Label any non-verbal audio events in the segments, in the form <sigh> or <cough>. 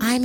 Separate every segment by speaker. Speaker 1: I'm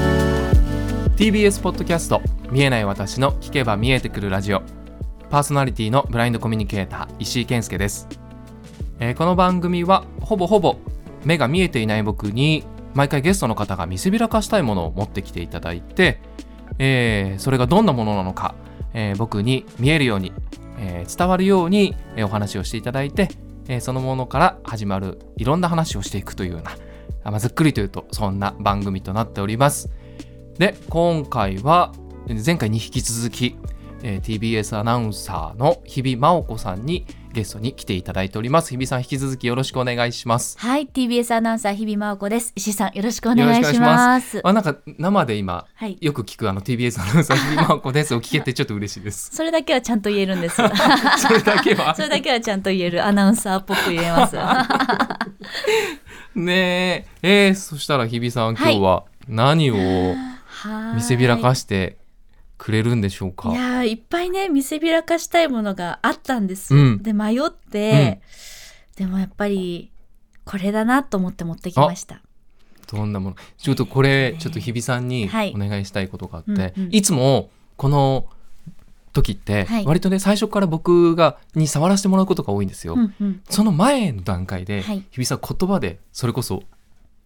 Speaker 2: ー TBS ポッドキャスト見えない私の聞けば見えてくるラジオパーソナリティのブラインドコミュニケーター石井健介です、えーこの番組はほぼほぼ目が見えていない僕に毎回ゲストの方が見せびらかしたいものを持ってきていただいて、えーそれがどんなものなのか、えー僕に見えるように、えー伝わるように、えーお話をしていただいて、えーそのものから始まるいろんな話をしていくというようなあまあざっくりというとそんな番組となっておりますで今回は前回に引き続き、えー TBS アナウンサーの日比真央子さんにゲストに来ていただいております日比さん引き続きよろしくお願いします
Speaker 3: はい、TBS アナウンサー日々真央子です。石井さん、よろしくお願いします。
Speaker 2: あなんか生で今
Speaker 3: はい、
Speaker 2: よく聞くあの TBS アナウンサー日比真央子ですを聞けてちょっと嬉しいで
Speaker 3: <laughs>
Speaker 2: す
Speaker 3: それだけはちゃんと言えるん
Speaker 2: <laughs>
Speaker 3: です。
Speaker 2: それだけは
Speaker 3: それだけはちゃんと言えるアナウンサーっぽく言えます。は
Speaker 2: ねええーそしたら日比さん今日は何を
Speaker 3: ーい
Speaker 2: <laughs> 見せびらかしてくれるんでしょうか、
Speaker 3: いやーいっぱいね見せびらかしたいものがあったんです。
Speaker 2: うん
Speaker 3: で迷って、でもやっぱりこれだなと思って持ってきました。
Speaker 2: どんなものちょっとこれちょっと日比さんに
Speaker 3: はい
Speaker 2: お願いしたいことがあって、い
Speaker 3: うんうん
Speaker 2: つもこの時って
Speaker 3: はい
Speaker 2: 割とね最初から僕がに触らせてもらうことが多いんですよ、
Speaker 3: うんうん、
Speaker 2: その前の段階で
Speaker 3: はい
Speaker 2: 日比さん言葉でそれこそ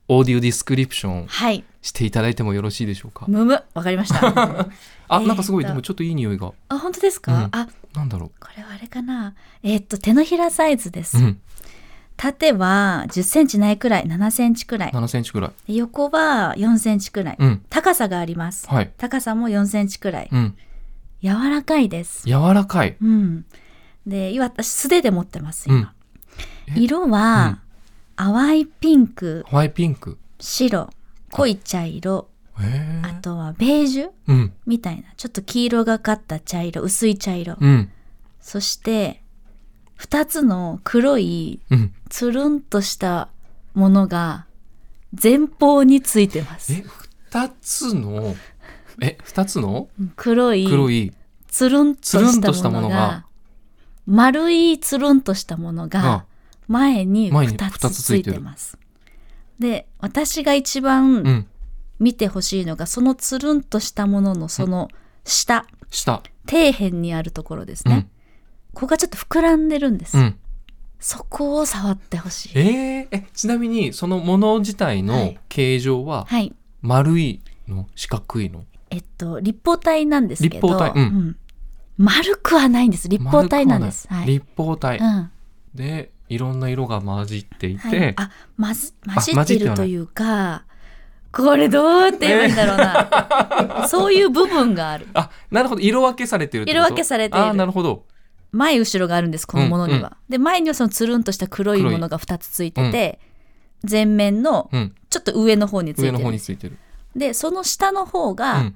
Speaker 2: オーディオディスクリプション
Speaker 3: はい
Speaker 2: していただいてもよろしいでしょうか、
Speaker 3: むむわかりました。
Speaker 2: <laughs> あ
Speaker 3: えー
Speaker 2: なんかすごい
Speaker 3: と
Speaker 2: でもちょっといい匂いが
Speaker 3: あ本当ですか？
Speaker 2: うん
Speaker 3: あ
Speaker 2: なんだろ
Speaker 3: これはあれかな。えーっと手のひらサイズです
Speaker 2: う、う。ん、
Speaker 3: 縦は10センチないくらい、7センチくらい。
Speaker 2: 7センチぐらい
Speaker 3: で横は4センチくらい。
Speaker 2: うん
Speaker 3: 高さがあります。
Speaker 2: はい
Speaker 3: 高さも4センチくらい。
Speaker 2: うん
Speaker 3: 柔らかいです。
Speaker 2: 柔らかい
Speaker 3: うん。で、今私素手で持ってます、
Speaker 2: うん
Speaker 3: 今。色は、淡いピンク、
Speaker 2: ホワイピンク
Speaker 3: 白、濃い茶色、
Speaker 2: へえ
Speaker 3: あとはベージュ
Speaker 2: うん
Speaker 3: みたいな。ちょっと黄色がかった茶色、薄い茶色。
Speaker 2: うん
Speaker 3: そして、二つの黒い、
Speaker 2: うん
Speaker 3: つるんとしたものが、前方についてます。
Speaker 2: え二つのえ二つの
Speaker 3: うん黒い、
Speaker 2: 黒い
Speaker 3: つるんと
Speaker 2: つるんとし
Speaker 3: し
Speaker 2: た
Speaker 3: た
Speaker 2: もの
Speaker 3: も
Speaker 2: が
Speaker 3: のが、丸いつるんとしたものが、前に
Speaker 2: 前に
Speaker 3: 2
Speaker 2: 二つ
Speaker 3: つついてます。で、私が一番
Speaker 2: ん、
Speaker 3: 見てほしいのが、そのつるんとしたもののその下、
Speaker 2: 下、
Speaker 3: 底辺にあるところです
Speaker 2: う
Speaker 3: ね
Speaker 2: ん。、
Speaker 3: ここがちょっと膨らんでるんです。
Speaker 2: うん。
Speaker 3: そこを触ってほしい。
Speaker 2: えー、え、ちなみに、そのもの自体
Speaker 3: は
Speaker 2: の
Speaker 3: い
Speaker 2: 形状は、
Speaker 3: はい。
Speaker 2: 丸いの四角いの
Speaker 3: えっと、立方体なんですけど、
Speaker 2: 立方体うん
Speaker 3: ん丸くはないんです。立方体なんです。
Speaker 2: 丸くは
Speaker 3: は
Speaker 2: ない
Speaker 3: い。
Speaker 2: 立方体、
Speaker 3: うん
Speaker 2: で、いろんな色が混じっていて、
Speaker 3: はい、あ、まず、混じ
Speaker 2: 混
Speaker 3: っ
Speaker 2: じってては
Speaker 3: る
Speaker 2: ない
Speaker 3: というか、これどうって言えばいいんだろうな。 <laughs> そういう部分がある。
Speaker 2: あなるほど、色分けされてるってこと
Speaker 3: 色分けされている
Speaker 2: あーなるほど。
Speaker 3: 前、後ろがあるんです、このものには。
Speaker 2: うんう
Speaker 3: で、前にはそのつるんとした黒いものが2つついてて、前面の
Speaker 2: うん。
Speaker 3: ちょっと上の方につい
Speaker 2: 上
Speaker 3: てる
Speaker 2: の方についてる。
Speaker 3: で、その下の方
Speaker 2: う
Speaker 3: が
Speaker 2: ん。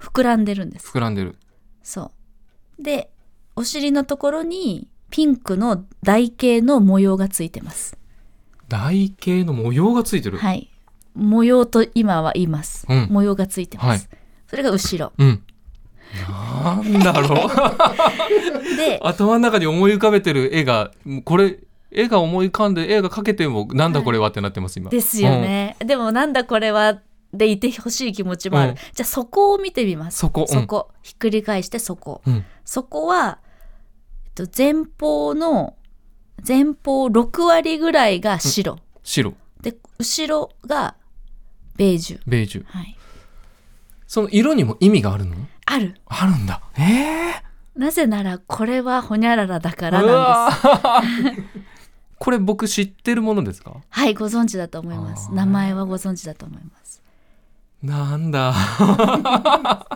Speaker 3: 膨らんでるんです。
Speaker 2: 膨らんでる。
Speaker 3: そう。で、お尻のところにピンクの台形の模様がついてます。
Speaker 2: 台形の模様がついてる。
Speaker 3: はい。模様と今は言います。
Speaker 2: うん
Speaker 3: 模様がついてます。それが後ろ。
Speaker 2: うん。なんだろう <laughs>
Speaker 3: で、
Speaker 2: 頭の中に思い浮かべてる絵が、これ、絵が思い浮かんで、絵が描けても、なんだこれはってなってます、今。
Speaker 3: ですよね。でもなんだこれはでいてほしい気持ちもある。
Speaker 2: うん
Speaker 3: じゃあそこを見てみます。
Speaker 2: そこうん
Speaker 3: そこ。ひっくり返してそこ。
Speaker 2: うん。うん。
Speaker 3: そこは、えっと、前方の、前方6割ぐらいが白。
Speaker 2: 白、
Speaker 3: で、後ろがベージュ。
Speaker 2: ベージュ。
Speaker 3: はい。
Speaker 2: その色にも意味があるの
Speaker 3: ある。
Speaker 2: あるんだ。ええ
Speaker 3: なぜならこれはほにゃららだか
Speaker 2: ー。
Speaker 3: らなんです。
Speaker 2: ー <laughs> これ僕知ってるものですか
Speaker 3: はい、ご存知だと思いま
Speaker 2: あ
Speaker 3: す。
Speaker 2: ー
Speaker 3: 名前はご存知だと思います。
Speaker 2: なん
Speaker 3: <laughs>
Speaker 2: だ。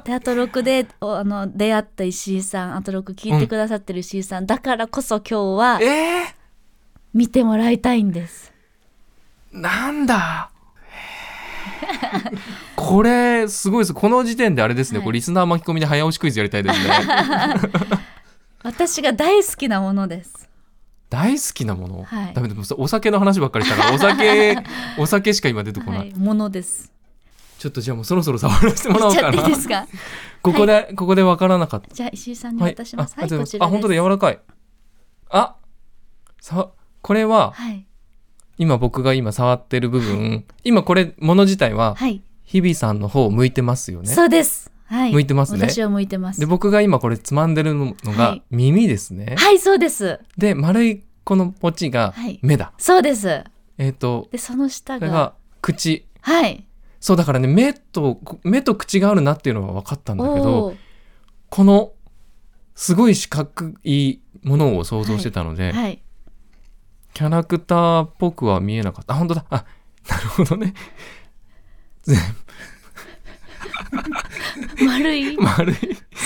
Speaker 3: でアトロクでおあの出会った石井さんアトロク聞いてくださってる石井さん、だからこそ今日は
Speaker 2: ええ
Speaker 3: 見てもらいたいんです
Speaker 2: ー、なんだ。えーこれ、すごいです。この時点であれですね。
Speaker 3: はい
Speaker 2: これリスナー巻き込みで早押しクイズやりたいですね。
Speaker 3: 私が大好きなものです
Speaker 2: 大好きなもの。
Speaker 3: はい
Speaker 2: ダメだ。でもお酒の話ばっかり
Speaker 3: <laughs>
Speaker 2: したから、お酒、お酒しか今出てこない。
Speaker 3: はいものです
Speaker 2: ちょっとじゃあもうそろそろ触らせてもらお
Speaker 3: 言っ
Speaker 2: う
Speaker 3: ちゃ
Speaker 2: か
Speaker 3: っていい
Speaker 2: な
Speaker 3: で。すか
Speaker 2: <laughs> ここで、ここでわからなかった。
Speaker 3: じゃあ石井さんに渡します
Speaker 2: あ
Speaker 3: は
Speaker 2: あり
Speaker 3: い、
Speaker 2: がとうご
Speaker 3: こ
Speaker 2: ざ
Speaker 3: ち
Speaker 2: いま
Speaker 3: らです
Speaker 2: あ本当だ、柔らかい。あ、さ、これは、
Speaker 3: はい
Speaker 2: 今僕が今触ってる部分、今これ、もの自体は、
Speaker 3: はい、
Speaker 2: 日々さんの方を向いてますよね。
Speaker 3: そうですはい
Speaker 2: 向いてますね
Speaker 3: 私は向いてます
Speaker 2: で、僕が今これつまんでるの
Speaker 3: は
Speaker 2: が
Speaker 3: い
Speaker 2: 耳ですね。
Speaker 3: はいそうです
Speaker 2: で、丸いこのポチが
Speaker 3: はい
Speaker 2: 目だ。
Speaker 3: そうです
Speaker 2: えっ、と、
Speaker 3: でその下
Speaker 2: これ
Speaker 3: が
Speaker 2: が口。
Speaker 3: はい
Speaker 2: そう、だからね、目と、目と口があるなっていうのは分かったんだけど、
Speaker 3: おー
Speaker 2: この、すごい四角いものを想像してたので、
Speaker 3: はい
Speaker 2: キャラクターっぽくは見えなかった。あ、本当だ。あ、なるほどね。 <laughs> 全
Speaker 3: 丸
Speaker 2: <laughs>
Speaker 3: い
Speaker 2: 部丸い。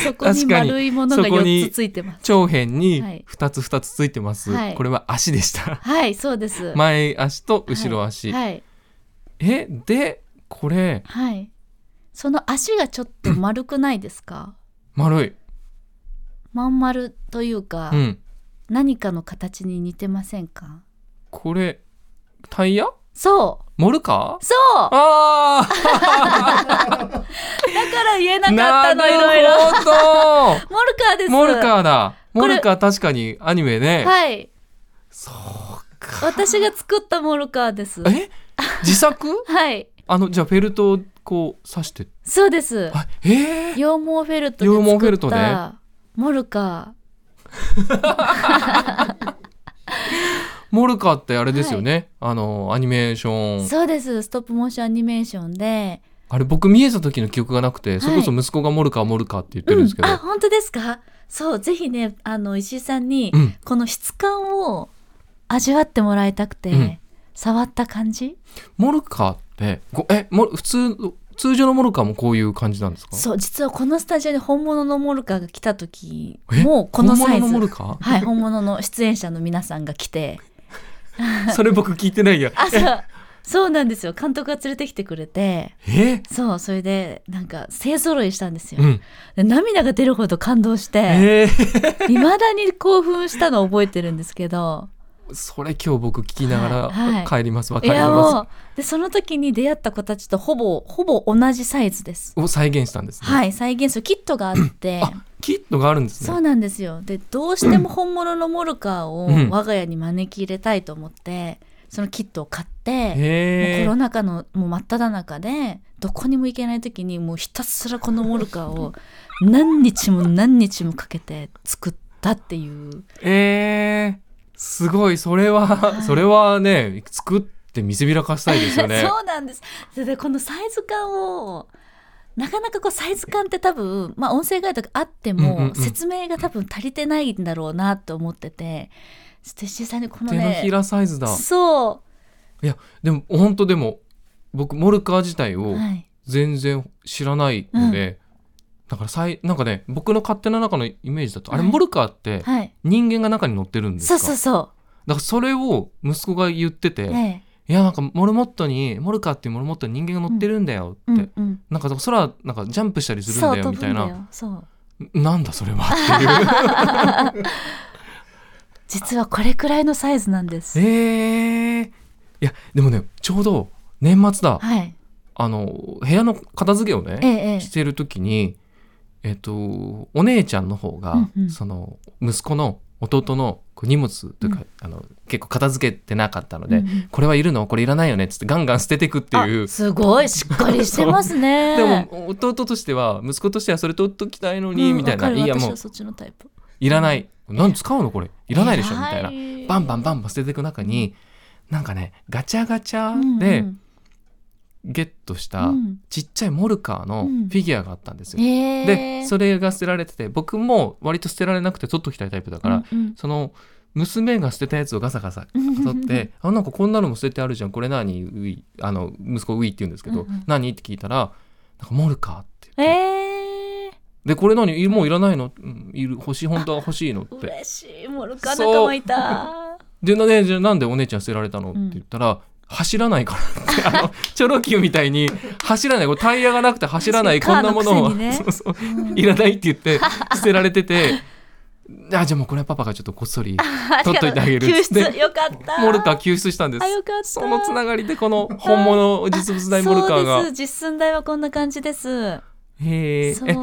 Speaker 3: そこに丸いものが
Speaker 2: 確かに
Speaker 3: 4つついてます
Speaker 2: 長辺に
Speaker 3: はい
Speaker 2: 2つ2つついてます。
Speaker 3: はい
Speaker 2: これは足でした。
Speaker 3: はいそうです
Speaker 2: 前足と後ろ足。
Speaker 3: はい
Speaker 2: え、で、これ、
Speaker 3: はいその足がちょっと丸くないです
Speaker 2: <laughs>
Speaker 3: か
Speaker 2: 丸い。
Speaker 3: まん丸というか、
Speaker 2: うん。
Speaker 3: 何かの形に似てませんか
Speaker 2: これ、タイヤ
Speaker 3: そ
Speaker 2: モルカー
Speaker 3: うそうだ
Speaker 2: ああ
Speaker 3: から言え <laughs> なかっ
Speaker 2: な
Speaker 3: たのいろいろ
Speaker 2: るほ
Speaker 3: モルカーです
Speaker 2: どモルカーだ
Speaker 3: こ
Speaker 2: モ
Speaker 3: れ
Speaker 2: ルカー確かにアニメね。
Speaker 3: はい
Speaker 2: そうか。
Speaker 3: 私が作ったモルカーです
Speaker 2: え自
Speaker 3: <laughs>
Speaker 2: 作
Speaker 3: はい
Speaker 2: あの、じゃあフェルトをこう刺して。
Speaker 3: そうです
Speaker 2: あ、ええ
Speaker 3: 羊毛フェルト
Speaker 2: 羊毛フェ
Speaker 3: で
Speaker 2: ル
Speaker 3: 作
Speaker 2: ト
Speaker 3: っ
Speaker 2: ね
Speaker 3: たモルカ
Speaker 2: モルカーってあれですよね、あのアニメーシ
Speaker 3: ー
Speaker 2: ョン
Speaker 3: そうですストップモーションアニメーションで
Speaker 2: あれ僕見えた時の記憶がなくて、それこそ息子がモルカーモルカーって言ってるんですけど、
Speaker 3: あ本当ですかそうぜひねあの石井さんに、
Speaker 2: うん
Speaker 3: この質感を味わってもらいたくて、
Speaker 2: うん
Speaker 3: 触った感じ
Speaker 2: モルカーってこえも普通の通常のモルカーもこういう感じなんですか
Speaker 3: そう実はこのスタジオに本物のモルカーが来た時
Speaker 2: え
Speaker 3: もうこのサ
Speaker 2: 本物
Speaker 3: イ
Speaker 2: の
Speaker 3: ズ
Speaker 2: モルカ
Speaker 3: はい本物の出演者の皆さんが来て
Speaker 2: <laughs> ーそれ僕聞いて
Speaker 3: <laughs>
Speaker 2: ないや
Speaker 3: あそうそうなんですよ監督が連れてきてくれて
Speaker 2: え
Speaker 3: そうそれでなんか勢ぞろいしたんですよ、
Speaker 2: うん
Speaker 3: で涙が出るほど感動して
Speaker 2: え
Speaker 3: いまだに興奮したのを覚えてるんですけど
Speaker 2: ー、それ今日僕聞きなが
Speaker 3: はい
Speaker 2: ら
Speaker 3: は
Speaker 2: 帰りますわ、
Speaker 3: い
Speaker 2: かり
Speaker 3: やも
Speaker 2: ま
Speaker 3: うでその時に出会った子たちとほぼほぼ同じサイズです
Speaker 2: すを再現したんですね、
Speaker 3: はい再現するキットがあって
Speaker 2: あキットがあるんです
Speaker 3: そ
Speaker 2: ね
Speaker 3: うなんですよでどうしても本物のモルカー
Speaker 2: うん
Speaker 3: を我が家に招き入れたいと思って、そのキットを買って、もうコ
Speaker 2: へ
Speaker 3: ロ
Speaker 2: え
Speaker 3: ナ禍のもう真っ只中でどこにも行けない時にもうひたすらこのモルカーを何日も何日もかけて作ったっていう
Speaker 2: えー、すごいそれは、
Speaker 3: い
Speaker 2: それはね作って見せびらかしたいですよね
Speaker 3: <laughs> そうなんですそれでこのサイズ感をなかなかこうサイズ感って多分、まあ、音声ガイドがあって
Speaker 2: う
Speaker 3: も、
Speaker 2: んうんうん
Speaker 3: 説明が多分足りてないんだろうなと思っててちょっと石井さんにこの
Speaker 2: 手のひ
Speaker 3: ね
Speaker 2: らサイズだ
Speaker 3: そ
Speaker 2: でも本当でも僕モルカー自体
Speaker 3: う、
Speaker 2: を
Speaker 3: はい、
Speaker 2: 全然知らないので、だからさいなんかね僕の勝手な中のイメージだと、あれ
Speaker 3: はい
Speaker 2: モルカーって
Speaker 3: はい、
Speaker 2: 人間が中に乗ってるんです
Speaker 3: そ
Speaker 2: か
Speaker 3: うそうそ
Speaker 2: だからそれを息子が言ってて、
Speaker 3: う、え
Speaker 2: いやなんかモルモットにモルカーっていうモルモットに人間が乗ってるんだよって、
Speaker 3: え、うんうん、
Speaker 2: なんか空なんかジャンプしたりするん
Speaker 3: そ
Speaker 2: だ
Speaker 3: う
Speaker 2: よ
Speaker 3: 飛
Speaker 2: み
Speaker 3: ぶ
Speaker 2: たい
Speaker 3: んだ
Speaker 2: な
Speaker 3: よそう
Speaker 2: なんだそれは
Speaker 3: 実はこれくらいのサイズなんで
Speaker 2: って
Speaker 3: <laughs> す
Speaker 2: いうえー、いやでもねちょうど年末だ、
Speaker 3: はい
Speaker 2: あの部屋の片付けをね、
Speaker 3: ええええ
Speaker 2: してる時に、えっと、お姉ちゃんの方が、
Speaker 3: うんうん
Speaker 2: その息子の弟のこう荷物というか、
Speaker 3: う
Speaker 2: あの結構片付けてなかったので、
Speaker 3: うんうん
Speaker 2: これはいるのこれいらないよねっつってガンガン捨ててくっていう
Speaker 3: あ。すごいしっかりしてますね
Speaker 2: <laughs> でも弟としては息子としてはそれ取っときたいのに、
Speaker 3: うん
Speaker 2: みたいな
Speaker 3: わかる
Speaker 2: いや
Speaker 3: 私
Speaker 2: もう
Speaker 3: はそっちのタイプ
Speaker 2: いらない何使うのこれいらないでしょみたいな
Speaker 3: な
Speaker 2: バンバンバンバン捨てていく中に、なんかねガチャガチャでゲットしたちっちゃいモルカーのフィギュアがあったんですよ。でそれが捨てられてて僕も割と捨てられなくて取っときたいタイプだから、その娘が捨てたやつをガサガサ取
Speaker 3: <laughs>
Speaker 2: って「あなんかこんなのも捨ててあるじゃんこれ何ういあの息子ウィーって言うんですけど、
Speaker 3: うんうん
Speaker 2: 何?」って聞いたらなんかモルカーって言って
Speaker 3: ええ
Speaker 2: でこれ何いもういらないの、うん、いる欲しい本当は欲しいのっ
Speaker 3: ー、
Speaker 2: て
Speaker 3: 嬉しいモルカー
Speaker 2: そう
Speaker 3: 仲間いた
Speaker 2: でなねじゃあなんでお姉ちゃん捨てられたの?」って言ったら「走らないから」ってあのチョロ Q みたいに走らないこうタイヤがなくて走らない
Speaker 3: 確
Speaker 2: こん
Speaker 3: か
Speaker 2: な
Speaker 3: に
Speaker 2: ものを、
Speaker 3: カーのくせにね
Speaker 2: そうそういらないって言
Speaker 3: <laughs>
Speaker 2: って捨てられててあじゃあもうこれはパパがちょっとこっそ
Speaker 3: <laughs>
Speaker 2: り取っといてあげるっ
Speaker 3: 救
Speaker 2: つって
Speaker 3: 出よかった
Speaker 2: モルカー救出したんです
Speaker 3: あ。よかった
Speaker 2: そのつながりでこの本物実物大モルカー
Speaker 3: あ
Speaker 2: が
Speaker 3: そうです実寸大はこんな感じです
Speaker 2: へえ
Speaker 3: そう
Speaker 2: え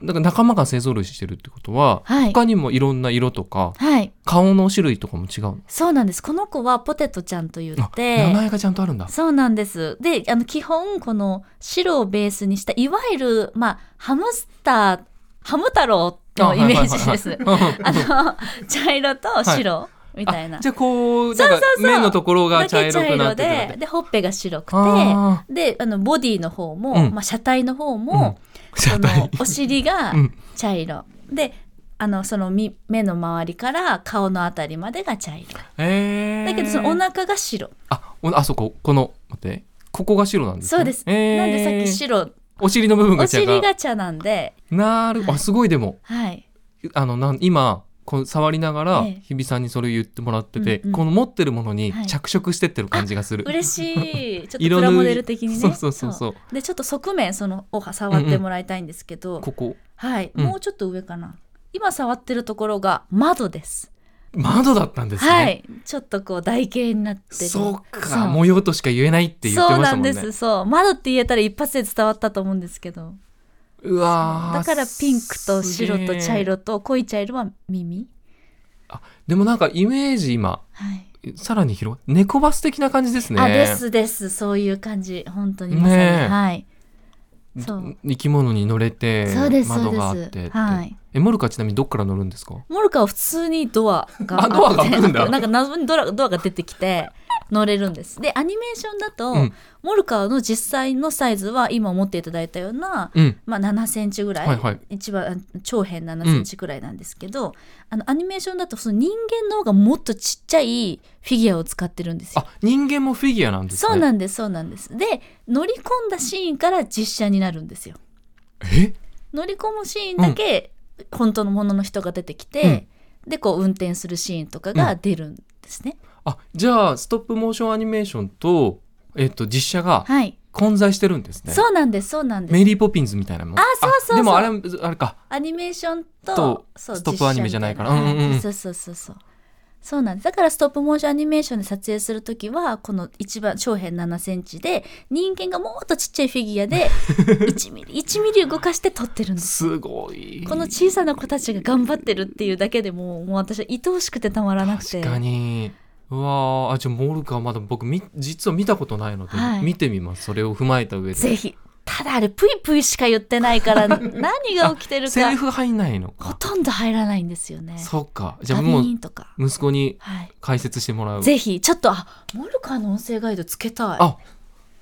Speaker 2: なんか仲間が勢ぞろいしてるってことは、
Speaker 3: はい
Speaker 2: 他にもいろんな色とか
Speaker 3: はい
Speaker 2: 顔の種類とかも違うの
Speaker 3: そうなんですこの子はポテトちゃんと言
Speaker 2: あ
Speaker 3: っ
Speaker 2: 名
Speaker 3: て
Speaker 2: 前がちゃんとあるんだ
Speaker 3: そうなんですであの基本この白をベースにしたいわゆる、まあ、ハムスターハム太郎のイメージです
Speaker 2: <laughs> あはいはいはいはい
Speaker 3: あの茶色と白みたいな、
Speaker 2: あじゃあこうなんか
Speaker 3: そうそうそう
Speaker 2: 面のところが茶色くなってる
Speaker 3: だけ茶色ででほっぺが白く
Speaker 2: あ
Speaker 3: てであのボディの方も、
Speaker 2: うん
Speaker 3: まあ、車体の方
Speaker 2: うん
Speaker 3: も、
Speaker 2: 車
Speaker 3: その
Speaker 2: 体
Speaker 3: お尻が
Speaker 2: うん
Speaker 3: 茶色、であのそのみ目の周りから顔のあたりまでが茶色
Speaker 2: えー
Speaker 3: だけどそのお腹が白、
Speaker 2: あおあそここの待ってここが白なんですね
Speaker 3: そうです、
Speaker 2: えー
Speaker 3: なんでさっき白
Speaker 2: お尻の部分
Speaker 3: お
Speaker 2: が茶
Speaker 3: 尻
Speaker 2: が
Speaker 3: が茶なんで
Speaker 2: なるあすごいでも
Speaker 3: はい
Speaker 2: あのなん今こう触りながら
Speaker 3: ええ
Speaker 2: 日比さんにそれを言ってもらってて、
Speaker 3: うんうん
Speaker 2: この持ってるものに
Speaker 3: はい
Speaker 2: 着色してってる感じがする、
Speaker 3: 嬉しいちょっと
Speaker 2: <laughs> 色
Speaker 3: プ
Speaker 2: の
Speaker 3: ラモデル的にね
Speaker 2: そうそうそうそう
Speaker 3: そうでちょっと側面そのお触ってもらいたいんですけど、
Speaker 2: ここ
Speaker 3: はい、
Speaker 2: うん
Speaker 3: もうちょっと上かな今触ってるところが窓です
Speaker 2: 窓だったんですね、
Speaker 3: はいちょっとこう台形になってる
Speaker 2: そう
Speaker 3: そ
Speaker 2: か
Speaker 3: う
Speaker 2: 模様としか言えないって言って
Speaker 3: そう
Speaker 2: まし
Speaker 3: な
Speaker 2: た
Speaker 3: ん
Speaker 2: もんね
Speaker 3: ですそう窓って言えたら一発で伝わったと思うんですけど
Speaker 2: うわー
Speaker 3: だからピンクと白と茶
Speaker 2: すげー
Speaker 3: 色と濃い茶色は耳
Speaker 2: でもなんかイメージ今
Speaker 3: はい、
Speaker 2: さらに広い猫バス的な感じですね
Speaker 3: あですですそういう感じ本当に
Speaker 2: ねえ
Speaker 3: まさに、はいそう
Speaker 2: 生き物に乗れて
Speaker 3: そうです
Speaker 2: 窓があって
Speaker 3: そうです
Speaker 2: って
Speaker 3: はい
Speaker 2: えモルカちなみにどっから乗るんですか
Speaker 3: モルカは普通にドアがあ
Speaker 2: あドアが
Speaker 3: って
Speaker 2: 開くんだ
Speaker 3: なんか謎にドアドアが出てきて乗れるんですでアニメーションだと、
Speaker 2: うん
Speaker 3: モルカの実際のサイズは今持っていただいたような、
Speaker 2: うん
Speaker 3: まあ、7センチぐらい、
Speaker 2: はいはい
Speaker 3: 一番あの長辺7センチぐらいなんですけど、あのアニメーションだとその人間の方がもっとちっちゃいフィギュアを使ってるんですよ
Speaker 2: あ人間もフィギュアなんですね
Speaker 3: そうなんですそうなんですで乗り込んだシーンから実写になるんですよ
Speaker 2: え
Speaker 3: 乗り込むシーンだけ本当のものの人が出てきて、でこう運転するシーンとかが出るんですね、
Speaker 2: あじゃあストップモーションアニメーションと,、えっと実写が
Speaker 3: はい
Speaker 2: 混在してるんですね。
Speaker 3: そうなんですそうなんです
Speaker 2: メリー・ポピンズみたいなもん。あ
Speaker 3: そうそうそう
Speaker 2: でもあれあれか
Speaker 3: アニメーションと
Speaker 2: と
Speaker 3: そう
Speaker 2: ストップアニメじゃないから
Speaker 3: 実写みた
Speaker 2: うんうんうん
Speaker 3: そうそうそうそうそうなんですだからストップモーションアニメーションで撮影するときはこの一番長辺7センチで人間がもっとちっちゃいフィギュ
Speaker 2: <laughs>
Speaker 3: アで1ミリ1ミリ動かして撮ってるんです
Speaker 2: すごい。
Speaker 3: この小さな子たちが頑張ってるっていうだけでもうもう私は愛おしくてたまらなくて
Speaker 2: 確かに。うわーあじゃあモルカーまだ僕み実は見たことないので、
Speaker 3: はい
Speaker 2: 見てみますそれを踏まえた上で。
Speaker 3: ぜひ。ただあれ、プイプイしか言ってないか
Speaker 2: <laughs>
Speaker 3: ら、何が起きてる
Speaker 2: セリ
Speaker 3: か、
Speaker 2: フ入んないの
Speaker 3: ほ
Speaker 2: か。
Speaker 3: とんど入らないんですよね。
Speaker 2: そっかじ
Speaker 3: じ
Speaker 2: ゃ
Speaker 3: ゃ
Speaker 2: あ
Speaker 3: も
Speaker 2: もう
Speaker 3: とか。
Speaker 2: 息子に
Speaker 3: はい。
Speaker 2: 解説してもらう。
Speaker 3: ぜひ、ちょっと、あ、モルカーの音声ガイドつけたい。
Speaker 2: あ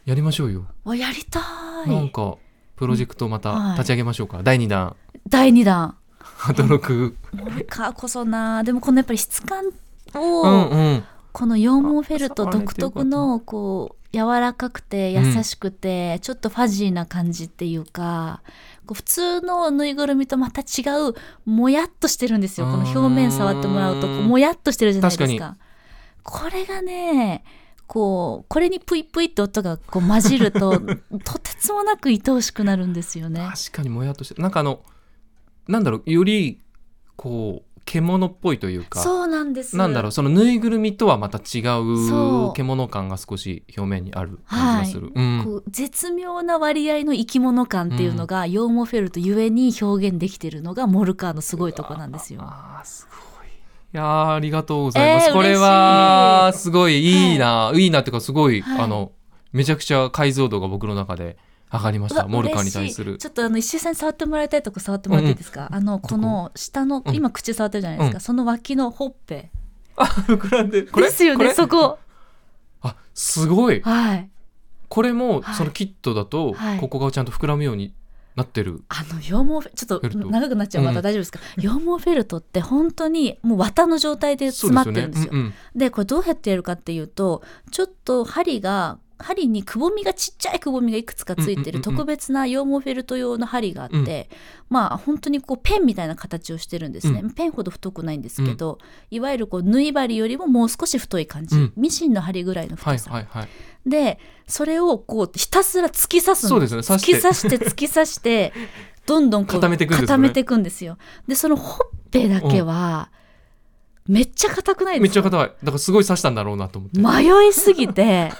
Speaker 2: やりましょうよ。
Speaker 3: わやりた
Speaker 2: なん
Speaker 3: い。
Speaker 2: かプロジェクトま
Speaker 3: うんは
Speaker 2: た
Speaker 3: い
Speaker 2: 立ち上げましょうか、第2弾
Speaker 3: 第2弾。
Speaker 2: 働く。
Speaker 3: モルカーこそな、でもこのやっぱり質感
Speaker 2: うん
Speaker 3: を、
Speaker 2: うん。
Speaker 3: この羊毛フェルト
Speaker 2: あ触られて
Speaker 3: 独特の、こう、柔らかくて優しくて、ちょっとファジーな感じっていうか、こう普通のぬいぐるみとまた違う、もやっとしてるんですよ。この表面触ってもらうと、こうもやっとしてるじゃないです
Speaker 2: 確か
Speaker 3: か。これがね、こう、これにプイプイって音がこう混じ
Speaker 2: <laughs>
Speaker 3: ると、とてつもなく愛おしくなるんですよね。
Speaker 2: 確かにもやっとしてなんかあのなんだろうよりこう獣っぽいというか
Speaker 3: そうなんです。
Speaker 2: なんだろうそのぬいぐるみとはまた違
Speaker 3: そうう
Speaker 2: 獣感が少し表面にある感じがする、うん
Speaker 3: こう絶妙な割合の生き物感っていうのが、羊毛フェルトゆえに表現できてるのがモルカーのすごいとこなんですよ。
Speaker 2: あーすごいいやーありがとうございます、
Speaker 3: えー
Speaker 2: これはすごいいいな、い、いなっていうかすごい、
Speaker 3: はい
Speaker 2: あのめちゃくちゃ解像度が僕の中で上がりまし
Speaker 3: う
Speaker 2: た
Speaker 3: わ
Speaker 2: モルカーに
Speaker 3: 嬉しい
Speaker 2: 対する
Speaker 3: ちょっとあの石井さんに触ってもらいたいとこ触ってもらっていいですか、あのこの下の
Speaker 2: うん
Speaker 3: 今口触ってるじゃないですか、
Speaker 2: うん
Speaker 3: その脇のほっぺ
Speaker 2: 膨らんでこれ
Speaker 3: ですよ
Speaker 2: こ
Speaker 3: ね
Speaker 2: れ
Speaker 3: そこ
Speaker 2: あすごい
Speaker 3: はい
Speaker 2: これも
Speaker 3: はい
Speaker 2: そのキットだと、
Speaker 3: はい
Speaker 2: ここがちゃんと膨らむようになってる
Speaker 3: あの羊毛ちょっ
Speaker 2: フェルト
Speaker 3: と長くなっちゃうま
Speaker 2: う
Speaker 3: た
Speaker 2: ん
Speaker 3: 大丈夫ですか、羊毛フェルトって本当にもう綿の状態で詰まってるんです
Speaker 2: そうです
Speaker 3: よ
Speaker 2: よねうんうん
Speaker 3: でこれどうやってやるかっていうとちょっと針が針にくぼみがちっちゃいくぼみがいくつかつ
Speaker 2: う
Speaker 3: いて
Speaker 2: んうんうんう
Speaker 3: る
Speaker 2: ん
Speaker 3: 特別な羊毛フェルト用の針があって、
Speaker 2: うん
Speaker 3: まあ本当にこうペンみたいな形をしてるんですね、
Speaker 2: う
Speaker 3: ペンほど太くないんですけど、いわゆるこう縫い針よりももう少し太い感じ、
Speaker 2: うん
Speaker 3: ミシンの針ぐらいの
Speaker 2: はい
Speaker 3: 太さ、
Speaker 2: はいはい。
Speaker 3: でそれをこうひたすら突き刺す
Speaker 2: そ
Speaker 3: の
Speaker 2: うですね刺
Speaker 3: 突
Speaker 2: して
Speaker 3: き刺して突き
Speaker 2: <laughs>
Speaker 3: 刺してどんどんこう
Speaker 2: 固めていくんですよね
Speaker 3: 固めていくんですよでそのほっぺだけは、めっちゃ硬くない
Speaker 2: め
Speaker 3: で
Speaker 2: っ
Speaker 3: す
Speaker 2: ちゃ
Speaker 3: か
Speaker 2: 硬い。だからすごい刺したんだろうなと思って。
Speaker 3: 迷いす
Speaker 2: <laughs>
Speaker 3: ぎて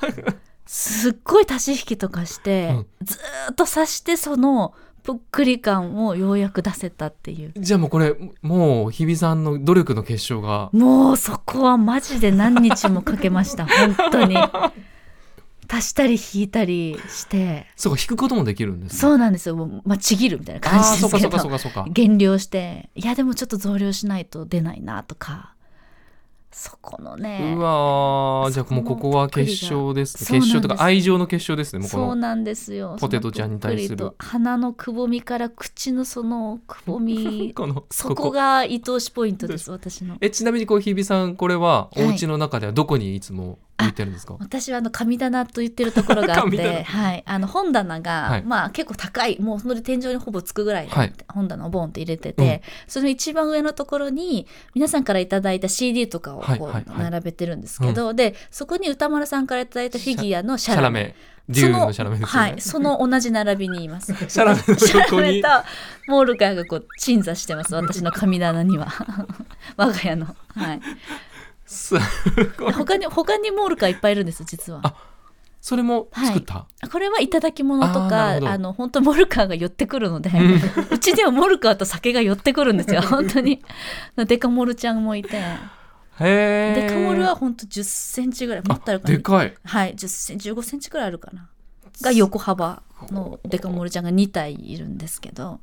Speaker 3: すっごい足し引きとかして、
Speaker 2: うん
Speaker 3: ずーっと刺してそのぷっくり感をようやく出せたっていう
Speaker 2: じゃあもうこれ、もう日比さんの努力の結晶が。
Speaker 3: もうそこはマジで何日もかけ
Speaker 2: <laughs>
Speaker 3: ました本当に足したり引いたりして
Speaker 2: そうか、引くこともできるんですね。
Speaker 3: そうなんですよもう、まあ、ちぎるみたいな感
Speaker 2: ああ、
Speaker 3: じ
Speaker 2: そ
Speaker 3: で
Speaker 2: う
Speaker 3: す
Speaker 2: か
Speaker 3: け
Speaker 2: そう
Speaker 3: ど
Speaker 2: かそうかそうか。
Speaker 3: 減量していやでもちょっと増量しないと出ないなとかそこのね
Speaker 2: うわー、じゃ
Speaker 3: そ
Speaker 2: あ
Speaker 3: こ
Speaker 2: も
Speaker 3: の
Speaker 2: うここは決勝です
Speaker 3: そ
Speaker 2: ね。
Speaker 3: うなん
Speaker 2: 決
Speaker 3: です
Speaker 2: 勝とか愛情の決勝ですね。もうこ
Speaker 3: そう
Speaker 2: の。
Speaker 3: なんですよ
Speaker 2: ポテトちゃんに対する
Speaker 3: そのぷっくりと鼻のくぼみから口のそのくぼ
Speaker 2: <laughs>
Speaker 3: み
Speaker 2: この、
Speaker 3: そこが愛おしポイントです私の
Speaker 2: えちなみにこう日比さんこれは
Speaker 3: はい
Speaker 2: お家の中ではどこにいつも置いてるんですか、
Speaker 3: 私はあの神棚と言ってるところがあっ
Speaker 2: <laughs> 神棚
Speaker 3: て、はい、あの本棚が、
Speaker 2: はい
Speaker 3: まあ結構高いもうそれ天井にほぼつくぐらいの
Speaker 2: はい
Speaker 3: 本棚をボンって入れてて、
Speaker 2: うん
Speaker 3: その一番上のところに皆さんからいただいた CD とかを
Speaker 2: はい
Speaker 3: こ
Speaker 2: はいうはい
Speaker 3: 並べてるんですけど、でそこに歌丸さんからいただいたフィギュアのシ
Speaker 2: シ
Speaker 3: ャ
Speaker 2: ャ
Speaker 3: ラ
Speaker 2: ラ
Speaker 3: メ。
Speaker 2: メデュールのシャラメですよね、
Speaker 3: はい、その同じ並びにい
Speaker 2: <laughs>
Speaker 3: ます。
Speaker 2: シャラメの横に
Speaker 3: <laughs> シャラメとモールカーがこう鎮座してます。私の神棚には <laughs> 我が家の。はい。
Speaker 2: すごい
Speaker 3: 他に他にモールカーいっぱいいるんです実は。
Speaker 2: あそれも作った、
Speaker 3: これはいただき物と
Speaker 2: あーなる
Speaker 3: か
Speaker 2: ほど
Speaker 3: あの本当モルカーが寄ってくるので、 <laughs> う
Speaker 2: うん
Speaker 3: ちではモルカーと酒が寄ってくるんですよ本当
Speaker 2: <laughs>
Speaker 3: にデカモルちゃんもいて
Speaker 2: へえ
Speaker 3: デカモルは本当1 0ンチぐらいもっとあるか
Speaker 2: で
Speaker 3: な
Speaker 2: かい
Speaker 3: はい1 5センチぐらいあるかなが横幅のデカモルちゃんが2体いるんですけど